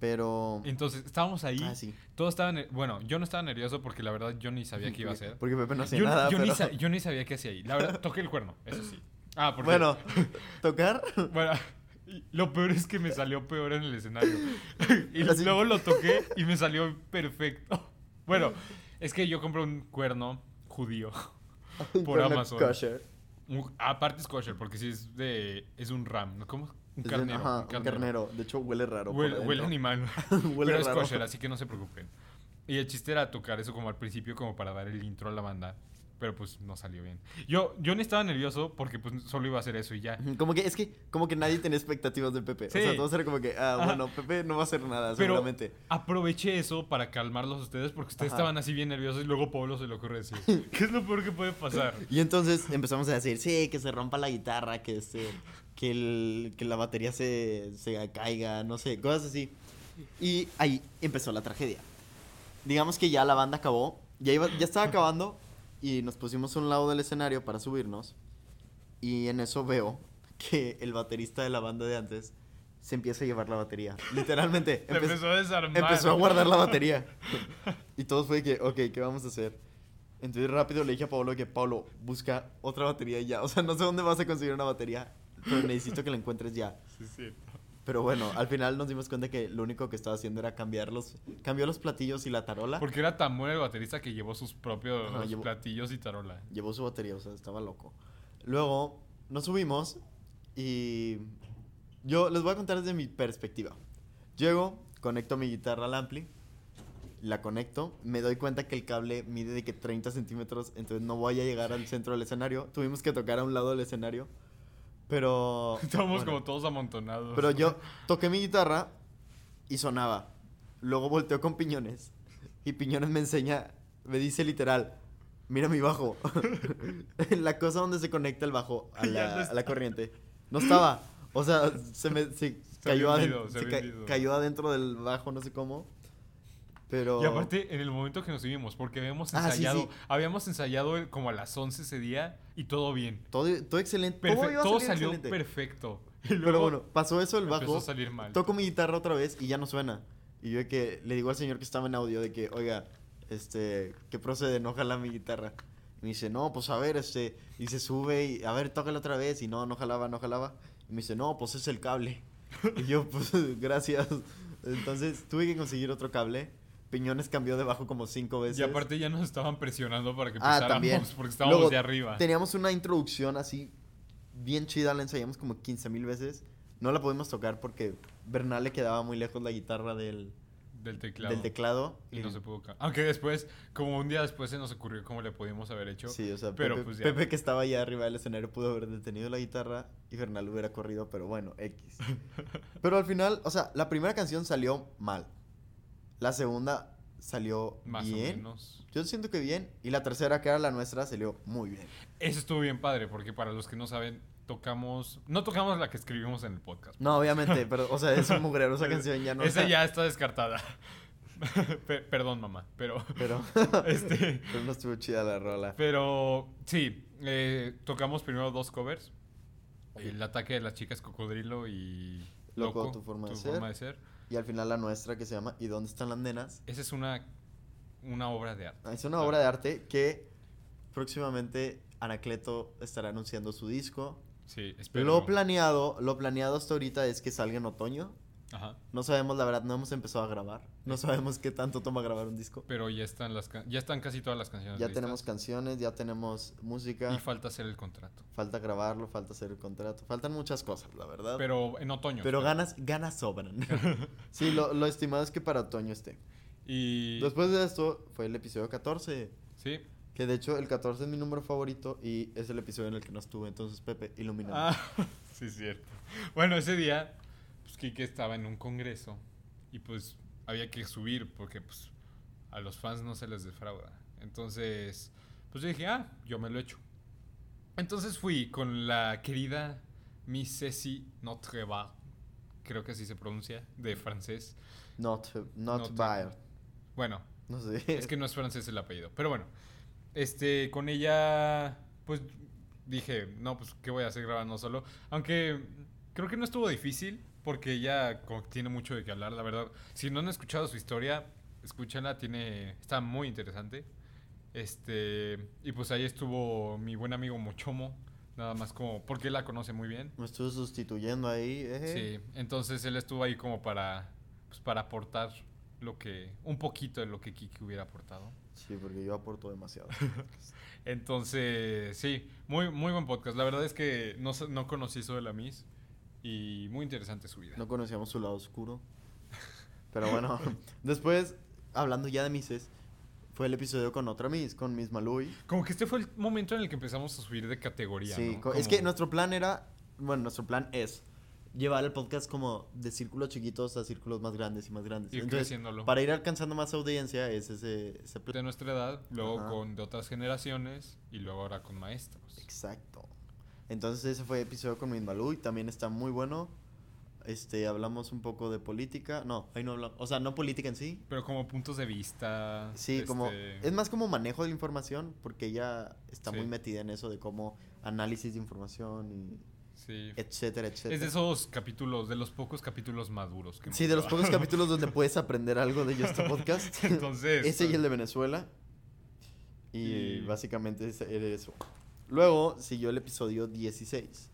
B: Pero.
A: Entonces, estábamos ahí.
B: Ah, sí.
A: Todos estaban. ner- Bueno, yo no estaba nervioso porque la verdad yo ni sabía qué iba a hacer.
B: Porque Pepe no hacía
A: Yo,
B: nada.
A: yo ni
B: pero-
A: sa- yo ni sabía qué hacía ahí. La verdad, toqué el cuerno, eso sí. Ah, porque.
B: Bueno, tocar.
A: Bueno, y lo peor es que me salió peor en el escenario. y
B: Así.
A: luego lo toqué y me salió perfecto. Bueno, es que yo compré un cuerno judío.
B: con la
A: Amazon.
B: kosher.
A: Un- aparte es kosher, porque sí es de. Es un ram, ¿no? ¿Cómo? Un
B: Es de-
A: carnero.
B: ajá, un carnero. De hecho, huele raro. por
A: Huele,
B: adentro.
A: huele animal.
B: Huele
A: pero es
B: raro.
A: kosher, así que no se preocupen. Y el chiste era tocar eso como al principio, como para dar el intro a la banda. Pero pues no salió bien. Yo, yo ni estaba nervioso porque pues solo iba a hacer eso y ya.
B: Ujú, Como que es que, como que nadie tenía expectativas de Pepe. O sea,
A: Sí.
B: todos eran como que, ah,
A: Ajá.
B: bueno, Pepe no va a hacer nada,
A: Pero
B: seguramente.
A: aproveché eso para calmarlos a ustedes porque ustedes
B: Ajá.
A: estaban así bien nerviosos y luego Pablo se le ocurre decir, ¿qué es lo peor que puede pasar?
B: Y entonces empezamos a decir, sí, que se rompa la guitarra, que se, que, el- que la batería se, se caiga, no sé, cosas así. Y ahí empezó la tragedia. Digamos que ya la banda acabó, ya, iba, ya estaba acabando y nos pusimos a un lado del escenario para subirnos. Y en eso veo que el baterista de la banda de antes se empieza a llevar la batería. Literalmente,
A: Se empezó a desarmar.
B: empezó a guardar la batería. Y todos fue de que, ok, ¿qué vamos a hacer? Entonces rápido le dije a Pablo que Pablo busca otra batería y ya. O sea, no sé dónde vas a conseguir una batería, pero necesito que la encuentres ya.
A: Sí, sí.
B: Pero bueno, al final nos dimos cuenta que lo único que estaba haciendo era cambiar los, cambió los platillos y la tarola.
A: Porque era tan bueno el baterista que llevó sus propios
B: Ajá, llevó-
A: platillos y tarola.
B: Llevó su batería, o sea, estaba loco. Luego nos subimos y yo les voy a contar desde mi perspectiva. Llego, conecto mi guitarra al ampli, la conecto, me doy cuenta que el cable mide de que 30 centímetros, entonces no voy a llegar al centro del escenario. Tuvimos que tocar a un lado del escenario, pero...
A: Estábamos
B: bueno.
A: como todos amontonados.
B: Pero yo toqué mi guitarra y sonaba. Luego volteó con Piñones. Y Piñones me enseña, me dice literal, mira mi bajo. la cosa donde se conecta el bajo a
A: Ya
B: la,
A: no
B: a la corriente. No estaba. O sea, se me se cayó,
A: había
B: aden-
A: hundido, se
B: se
A: había
B: ca-
A: hundido.
B: cayó adentro del bajo, no sé cómo. Pero...
A: Y aparte, en el momento que nos vimos, porque habíamos
B: Ah, sí,
A: ensayado,
B: sí.
A: habíamos ensayado el- como a las 11 ese día y todo bien.
B: Todo, todo excelente. ¿Cómo
A: Perfe-
B: iba a
A: todo
B: salir
A: salió
B: excelente?
A: perfecto. Y
B: Pero
A: luego
B: bueno, pasó eso el
A: empezó
B: bajo.
A: a salir mal.
B: Toco mi guitarra otra vez y ya no suena. Y yo de que le digo al señor que estaba en audio de que, oiga, este, ¿qué procede? No jala mi guitarra. Y me dice, no, pues a ver, este, y se sube y, a ver, tócala otra vez. Y no, no jalaba, no jalaba. Y me dice, no, pues es el cable. Y yo, pues, gracias. Entonces tuve que conseguir otro cable. Piñones cambió de bajo como cinco veces.
A: Y aparte ya nos estaban presionando para que
B: Ah,
A: empezáramos
B: también.
A: porque estábamos
B: Luego,
A: de arriba.
B: Teníamos una introducción así bien chida, la ensayamos como 15 mil veces. No la pudimos tocar porque Bernal le quedaba muy lejos la guitarra del
A: Del teclado.
B: del teclado.
A: Y no se pudo ca- Aunque después, como un día después se nos ocurrió cómo le pudimos haber hecho.
B: Sí, o sea,
A: pero
B: Pepe,
A: pues ya.
B: Pepe, que estaba allá arriba del escenario pudo haber detenido la guitarra y Bernal hubiera corrido, pero bueno, X. pero al final, o sea, la primera canción salió mal. La segunda salió
A: Más o
B: bien.
A: menos.
B: Yo siento que bien. Y la tercera, que era la nuestra, salió muy bien.
A: Eso estuvo bien padre, porque para los que no saben, tocamos. No tocamos la que escribimos en el podcast.
B: No, obviamente, pero, o sea, es un mugrero esa canción, ya no
A: Esa
B: está-
A: ya está descartada. Per- perdón, mamá, pero.
B: Pero,
A: este,
B: pero no estuvo chida la rola.
A: pero sí, eh, tocamos primero dos covers: El ataque de las chicas cocodrilo y.
B: Loco, tu forma de ser. Y al final la nuestra que se llama ¿Y dónde están las nenas?
A: Esa es una, una obra de arte.
B: Es una obra de arte que próximamente Anacleto estará anunciando su disco.
A: Sí, espero.
B: Lo planeado, lo planeado hasta ahorita es que salga en otoño.
A: Ajá.
B: No sabemos, la verdad, no hemos empezado a grabar. No sabemos qué tanto toma grabar un disco.
A: Pero ya están las can- ya están casi todas las canciones.
B: Ya
A: listas.
B: tenemos canciones, ya tenemos música.
A: Y falta hacer el contrato.
B: Falta grabarlo, falta hacer el contrato. Faltan muchas cosas, la verdad.
A: Pero en otoño.
B: Pero
A: espero.
B: ganas, ganas sobran. sí, lo, lo estimado es que para otoño esté.
A: Y.
B: Después de esto fue el episodio 14.
A: Sí.
B: Que de hecho el 14 es mi número favorito y es el episodio en el que no estuve. Entonces, Pepe, iluminado.
A: Ah, sí, es cierto. Bueno, ese día, pues Kike estaba en un congreso y pues había que subir porque pues a los fans no se les defrauda. Entonces, pues yo dije, ah, yo me lo echo. Entonces fui con la querida Miss Ceci Notreva, creo que así se pronuncia, de francés.
B: Not, not,
A: Not-
B: bad.
A: Bueno,
B: No sé.
A: Es que no es francés el apellido. Pero bueno, este, con ella, pues dije, no, pues, ¿qué voy a hacer grabando solo? Aunque creo que no estuvo difícil, porque ella como que tiene mucho de qué hablar, la verdad. Si no han escuchado su historia, escúchenla, tiene, está muy interesante. Este, y pues ahí estuvo mi buen amigo Mochomo, nada más como, porque él la conoce muy bien.
B: Me estuve sustituyendo ahí. eh.
A: Sí, entonces él estuvo ahí como para, pues, para aportar lo que, un poquito de lo que Kiki hubiera aportado.
B: Sí, porque yo aporto demasiado.
A: Entonces, sí, muy, muy buen podcast. La verdad es que no, sa- no conocí eso de la Miss y muy interesante su vida.
B: No conocíamos su lado oscuro. Pero bueno, después, hablando ya de Mises, fue el episodio con otra Miss, con Miss Malui.
A: Como que este fue el momento en el que empezamos a subir de categoría.
B: Sí,
A: ¿no?
B: co- es
A: Como-
B: que nuestro plan era, bueno, nuestro plan es llevar el podcast como de círculos chiquitos a círculos más grandes y más grandes.
A: Ir
B: Entonces,
A: creciéndolo.
B: para ir alcanzando más audiencia es ese, ese
A: de
B: plan.
A: nuestra edad, luego
B: Ajá.
A: con de otras generaciones y luego ahora con maestros.
B: Exacto. Entonces ese fue el episodio con Minmalú y también está muy bueno. Este, hablamos un poco de política. No, ahí no hablamos. O sea, no política en sí.
A: Pero como puntos de vista.
B: Sí, como...
A: este,
B: Es más como manejo de la información porque ella está
A: Sí.
B: muy metida en eso de cómo análisis de información y
A: sí.
B: etcétera, etcétera.
A: Es de esos capítulos, de los pocos capítulos maduros. Que
B: Sí,
A: hemos
B: de los
A: grabado.
B: pocos capítulos donde puedes aprender algo de Just a este Podcast.
A: Entonces,
B: Ese y el de Venezuela. Y,
A: este Y-
B: básicamente es- era eso. Luego siguió el episodio 16.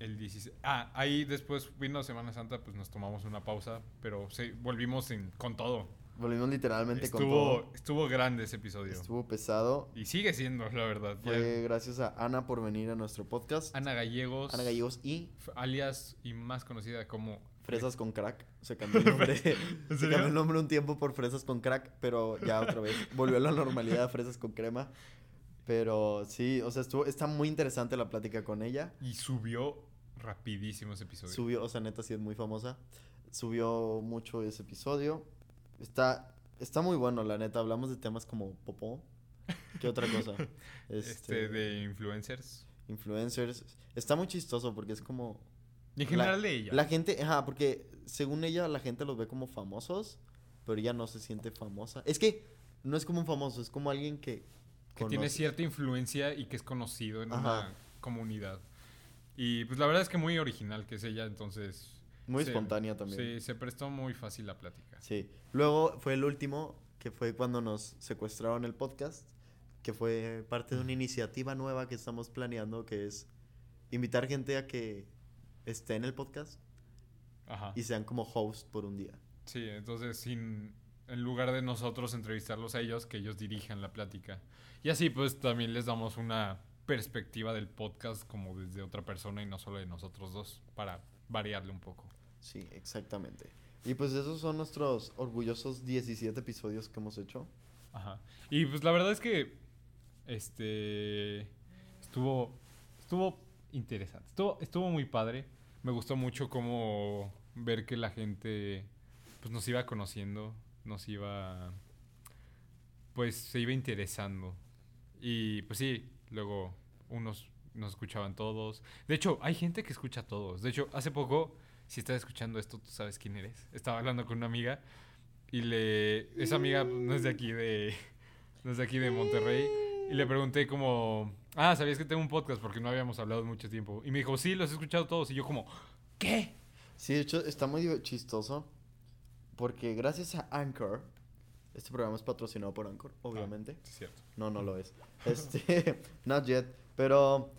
A: El 16. Ah, ahí después vino Semana Santa, pues nos tomamos una pausa, pero sí, volvimos en- con todo.
B: Volvimos literalmente
A: Estuvo,
B: con todo.
A: estuvo grande ese episodio.
B: Estuvo pesado.
A: Y sigue siendo, la verdad. Ya-
B: Fue gracias a Ana por venir a nuestro podcast.
A: Ana Gallegos.
B: Ana Gallegos y
A: f- Alias y más conocida como.
B: Fresas con crack. Se cambió el nombre. se
A: serio?
B: cambió el nombre un tiempo por Fresas con crack, pero ya otra vez volvió a la normalidad Fresas con crema. Pero sí, o sea, estuvo, está muy interesante la plática con ella.
A: Y subió rapidísimo ese episodio.
B: Subió, o sea, neta sí es muy famosa. Subió mucho ese episodio. Está, está muy bueno, la neta. Hablamos de temas como popó. ¿Qué otra cosa?
A: este, de influencers.
B: Influencers. Está muy chistoso porque es como...
A: Y en
B: La-
A: general de ella.
B: La gente, ajá, porque según ella la gente los ve como famosos, pero ella no se siente famosa. Es que no es como un famoso, es como alguien que...
A: que tiene
B: conoces.
A: cierta influencia y que es conocido en
B: Ajá.
A: una comunidad. Y pues la verdad es que muy original que es ella, entonces.
B: Muy
A: se-
B: espontánea también.
A: Sí, se prestó muy fácil la plática.
B: Sí. Luego fue el último, que fue cuando nos secuestraron el podcast, que fue parte de una iniciativa nueva que estamos planeando, que es invitar gente a que esté en el podcast
A: Ajá.
B: y sean como host por un día.
A: Sí, entonces sin en lugar de nosotros entrevistarlos a ellos, que ellos dirijan la plática. Y así pues también les damos una perspectiva del podcast como desde otra persona y no solo de nosotros dos, para variarle un poco.
B: Sí, exactamente. Y pues esos son nuestros orgullosos 17 episodios que hemos hecho.
A: Ajá. Y pues la verdad es que este estuvo estuvo interesante. Estuvo estuvo muy padre. Me gustó mucho como ver que la gente pues nos iba conociendo, nos iba pues se iba interesando. Y pues sí, luego unos nos escuchaban todos. De hecho, hay gente que escucha a todos. De hecho, hace poco si estás escuchando esto, tú sabes quién eres. Estaba hablando con una amiga y le. Esa amiga no es de aquí de. No es de aquí de Monterrey. Y le pregunté como. Ah, ¿sabías que tengo un podcast? Porque no habíamos hablado en mucho tiempo. Y me dijo, sí, los he escuchado todos. Y yo como, ¿qué?
B: Sí, de hecho está muy div- chistoso porque gracias a Anchor, este programa es patrocinado por
A: Ah.
B: Anchor, obviamente.
A: Sí, es cierto.
B: No, no lo es. Este, not yet. Pero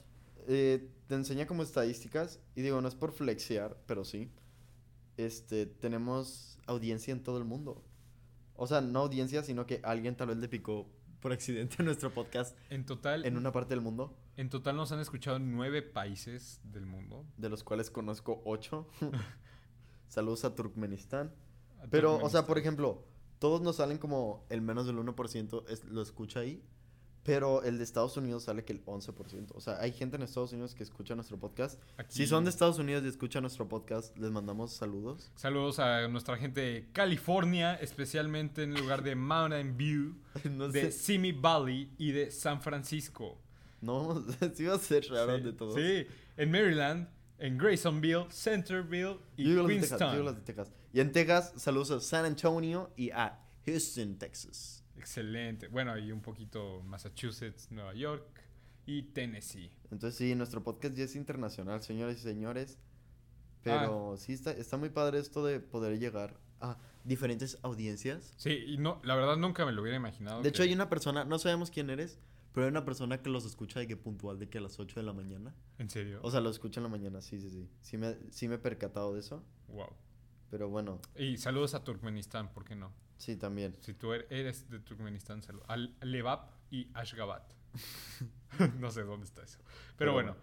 B: eh, te enseña como estadísticas. Y digo, no es por flexear, pero sí. Este, tenemos audiencia en todo el mundo. O sea, no audiencia, sino que alguien tal vez le picó por accidente a nuestro podcast
A: En total,
B: en
A: en,
B: una parte del mundo,
A: total nos han escuchado en nueve países del mundo.
B: de los cuales conozco ocho. Saludos a Turkmenistán. Pero, o sea, por ejemplo, todos nos salen como el menos del 1% es- lo escucha ahí, pero el de Estados Unidos sale que el 11%. O sea, hay gente en Estados Unidos que escucha nuestro podcast.
A: Aquí-
B: Si son de Estados Unidos y escuchan nuestro podcast, les mandamos saludos.
A: Saludos a nuestra gente de California, especialmente en el lugar de Mountain View,
B: No
A: de
B: sé,
A: Simi Valley y de San Francisco.
B: no, sí va a ser raro
A: sí,
B: de todos.
A: sí, en Maryland, en Graysonville, Centerville
B: Yo
A: y
B: digo las de Texas, yo digo las
A: Queenstown.
B: de Texas. Y en Texas, saludos a San Antonio y a Houston, Texas.
A: Excelente. Bueno, y un poquito Massachusetts, Nueva York y Tennessee.
B: Entonces, sí, nuestro podcast ya es internacional, señores y señores. Pero sí, está, está muy padre esto de poder llegar a diferentes audiencias.
A: Sí, y no, la verdad nunca me lo hubiera imaginado.
B: De hecho,
A: que-
B: hay una persona, no sabemos quién eres, pero hay una persona que los escucha de que puntual, de que a las 8 de la mañana.
A: En serio.
B: O sea, los escucha en la mañana, sí, sí, sí. Sí me, sí me he percatado de eso,
A: wow.
B: pero bueno,
A: Y saludos a Turkmenistán, ¿por qué no?
B: sí, también.
A: Si tú er- eres de Turkmenistán, saludos. Al Levap y Ashgabat. no sé dónde está eso. Pero,
B: Pero
A: bueno.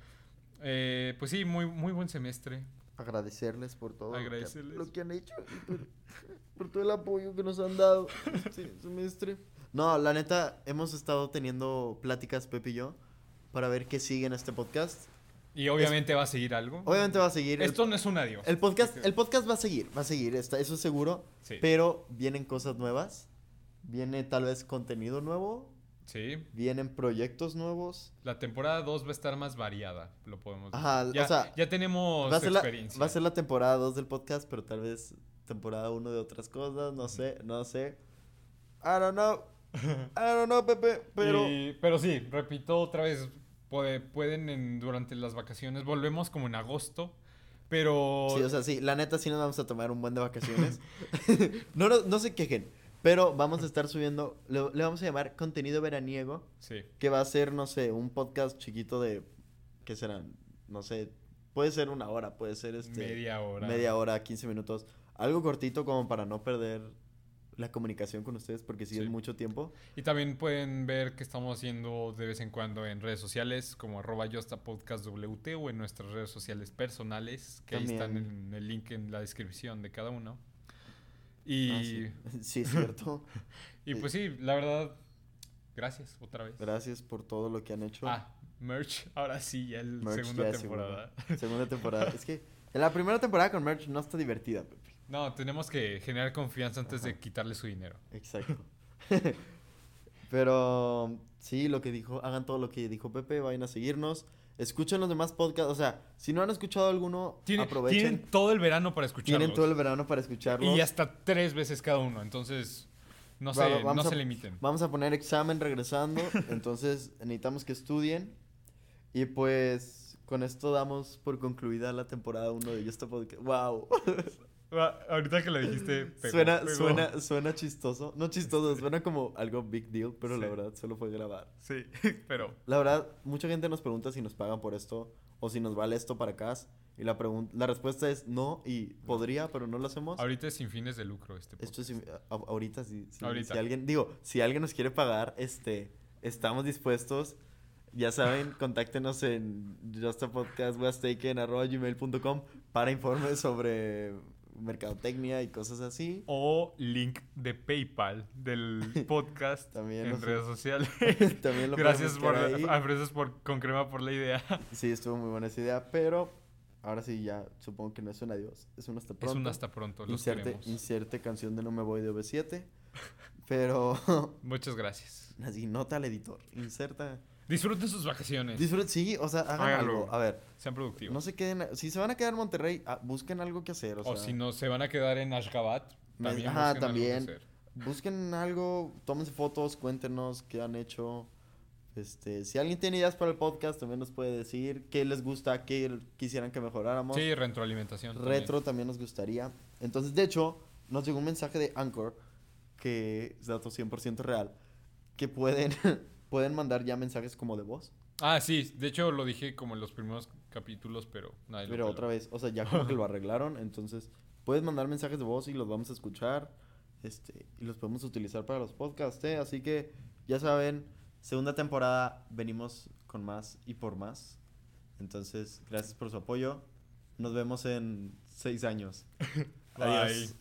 A: Eh, pues sí, muy, muy buen semestre.
B: Agradecerles por todo lo que-
A: Agradecerles.
B: Lo, que, han hecho y por, por todo el apoyo que nos han dado este semestre. No, la neta, hemos estado teniendo pláticas, Pepe y yo, para ver qué sigue en este podcast.
A: Y obviamente va a seguir algo.
B: Obviamente va a seguir. el-
A: Esto no es un adiós.
B: El podcast, el podcast va a seguir, va a seguir, está, eso es seguro.
A: Sí.
B: Pero vienen cosas nuevas. Viene tal vez contenido nuevo.
A: Sí.
B: Vienen proyectos nuevos.
A: La temporada 2 va a estar más variada, lo podemos decir.
B: Ajá, o
A: ya,
B: sea,
A: ya tenemos
B: Va a, ser la,
A: experiencia.
B: va a ser la temporada 2 del podcast, pero tal vez temporada 1 de otras cosas. No sé, no sé. I don't know. I don't know, Pepe. Pero.
A: Y- pero sí, repito otra vez, puede- pueden en- durante las vacaciones, volvemos como en agosto, pero...
B: Sí, o sea, sí, la neta sí nos vamos a tomar un buen de vacaciones. no, no, no se quejen. Pero vamos a estar subiendo, le, le vamos a llamar contenido veraniego,
A: Sí.
B: que va a ser, no sé, un podcast chiquito de, ¿qué serán? No sé, puede ser una hora, puede ser este...
A: media hora.
B: media hora, 15 minutos. Algo cortito como para no perder la comunicación con ustedes porque si es
A: Sí.
B: mucho tiempo.
A: Y también pueden ver que estamos haciendo de vez en cuando en redes sociales como arroba yostapodcastwt o en nuestras redes sociales personales, que ahí están
B: También.
A: en el link en la descripción de cada uno.
B: Ah,
A: Y,
B: sí. sí, es cierto.
A: y pues sí, la verdad, gracias otra vez.
B: Gracias por todo lo que han hecho.
A: Ah, merch, ahora sí, ya la
B: Merch
A: segunda
B: ya es
A: temporada.
B: Segunda temporada. es que en la primera temporada con merch no está divertida, Pepe.
A: No, tenemos que generar confianza antes de quitarle su dinero.
B: Exacto. Pero sí, lo que dijo, hagan todo lo que dijo Pepe, vayan a seguirnos. Escuchen los demás podcasts. O sea, si no han escuchado alguno,
A: Tiene-
B: aprovechen.
A: tienen todo el verano para escucharlos.
B: Tienen todo el verano para escucharlos.
A: Y hasta tres veces cada uno, entonces no,
B: Va-
A: se,
B: vamos
A: no
B: a-
A: se limiten.
B: Vamos a poner examen regresando, entonces necesitamos que estudien. Y pues con esto damos por concluida la temporada 1 de Just a Podcast. ¡Wow!
A: Ah, Ahorita que lo dijiste, pegó,
B: suena,
A: pegó. Este.
B: suena, suena chistoso. No chistoso, suena como algo big deal, pero la
A: Sí.
B: verdad solo fue grabar.
A: Sí, pero
B: La verdad, mucha gente nos pregunta si nos pagan por esto o si nos vale esto para acá. Y la, pregun- la respuesta es no y podría, pero no lo hacemos.
A: ahorita es sin fines de lucro este
B: Esto
A: podcast.
B: es a- ahorita si, si-
A: Ahorita.
B: si alguien digo, si alguien nos quiere pagar, este estamos dispuestos. Ya saben, contáctenos en justapodcastwastaken@gmail.com para informes sobre mercadotecnia y cosas así.
A: O link de PayPal del podcast
B: También
A: en
B: nos-
A: redes sociales.
B: También lo
A: Gracias por,
B: podemos buscar
A: a
B: ahí.
A: Fresas por con crema por la idea.
B: Sí, estuvo muy buena esa idea, pero ahora sí ya supongo que no es un adiós, es un hasta pronto.
A: Es un hasta pronto, los
B: inserte,
A: queremos.
B: inserte canción de No me voy de V7, pero
A: Muchas gracias.
B: así nota al editor, inserta
A: Disfruten sus vacaciones.
B: Disfruten, sí, o sea, hagan
A: Háganlo.
B: algo. A ver,
A: Sean productivos.
B: no se queden. Si se van a quedar en Monterrey, ah, busquen algo que hacer. O,
A: o
B: sea,
A: si no se van a quedar en Ashgabat,
B: Me-
A: también busquen
B: ajá,
A: algo que
B: también.
A: hacer.
B: Busquen algo, tómense fotos, cuéntenos qué han hecho. Este, si alguien tiene ideas para el podcast, también nos puede decir qué les gusta, qué quisieran que mejoráramos.
A: Sí, retroalimentación. también.
B: Retro también nos gustaría. Entonces, de hecho, nos llegó un mensaje de Anchor, que es dato 100% real, que pueden, pueden mandar ya mensajes como de voz.
A: Ah, sí, de hecho lo dije como en los primeros capítulos, pero nadie lo
B: Pero
A: peló.
B: otra vez, o sea, ya como que lo arreglaron, entonces puedes mandar mensajes de voz y los vamos a escuchar, este, y los podemos utilizar para los podcasts, ¿eh? Así que ya saben, segunda temporada venimos con más y por más. Entonces, gracias por su apoyo. Nos vemos en seis años.
A: Bye.
B: Adiós.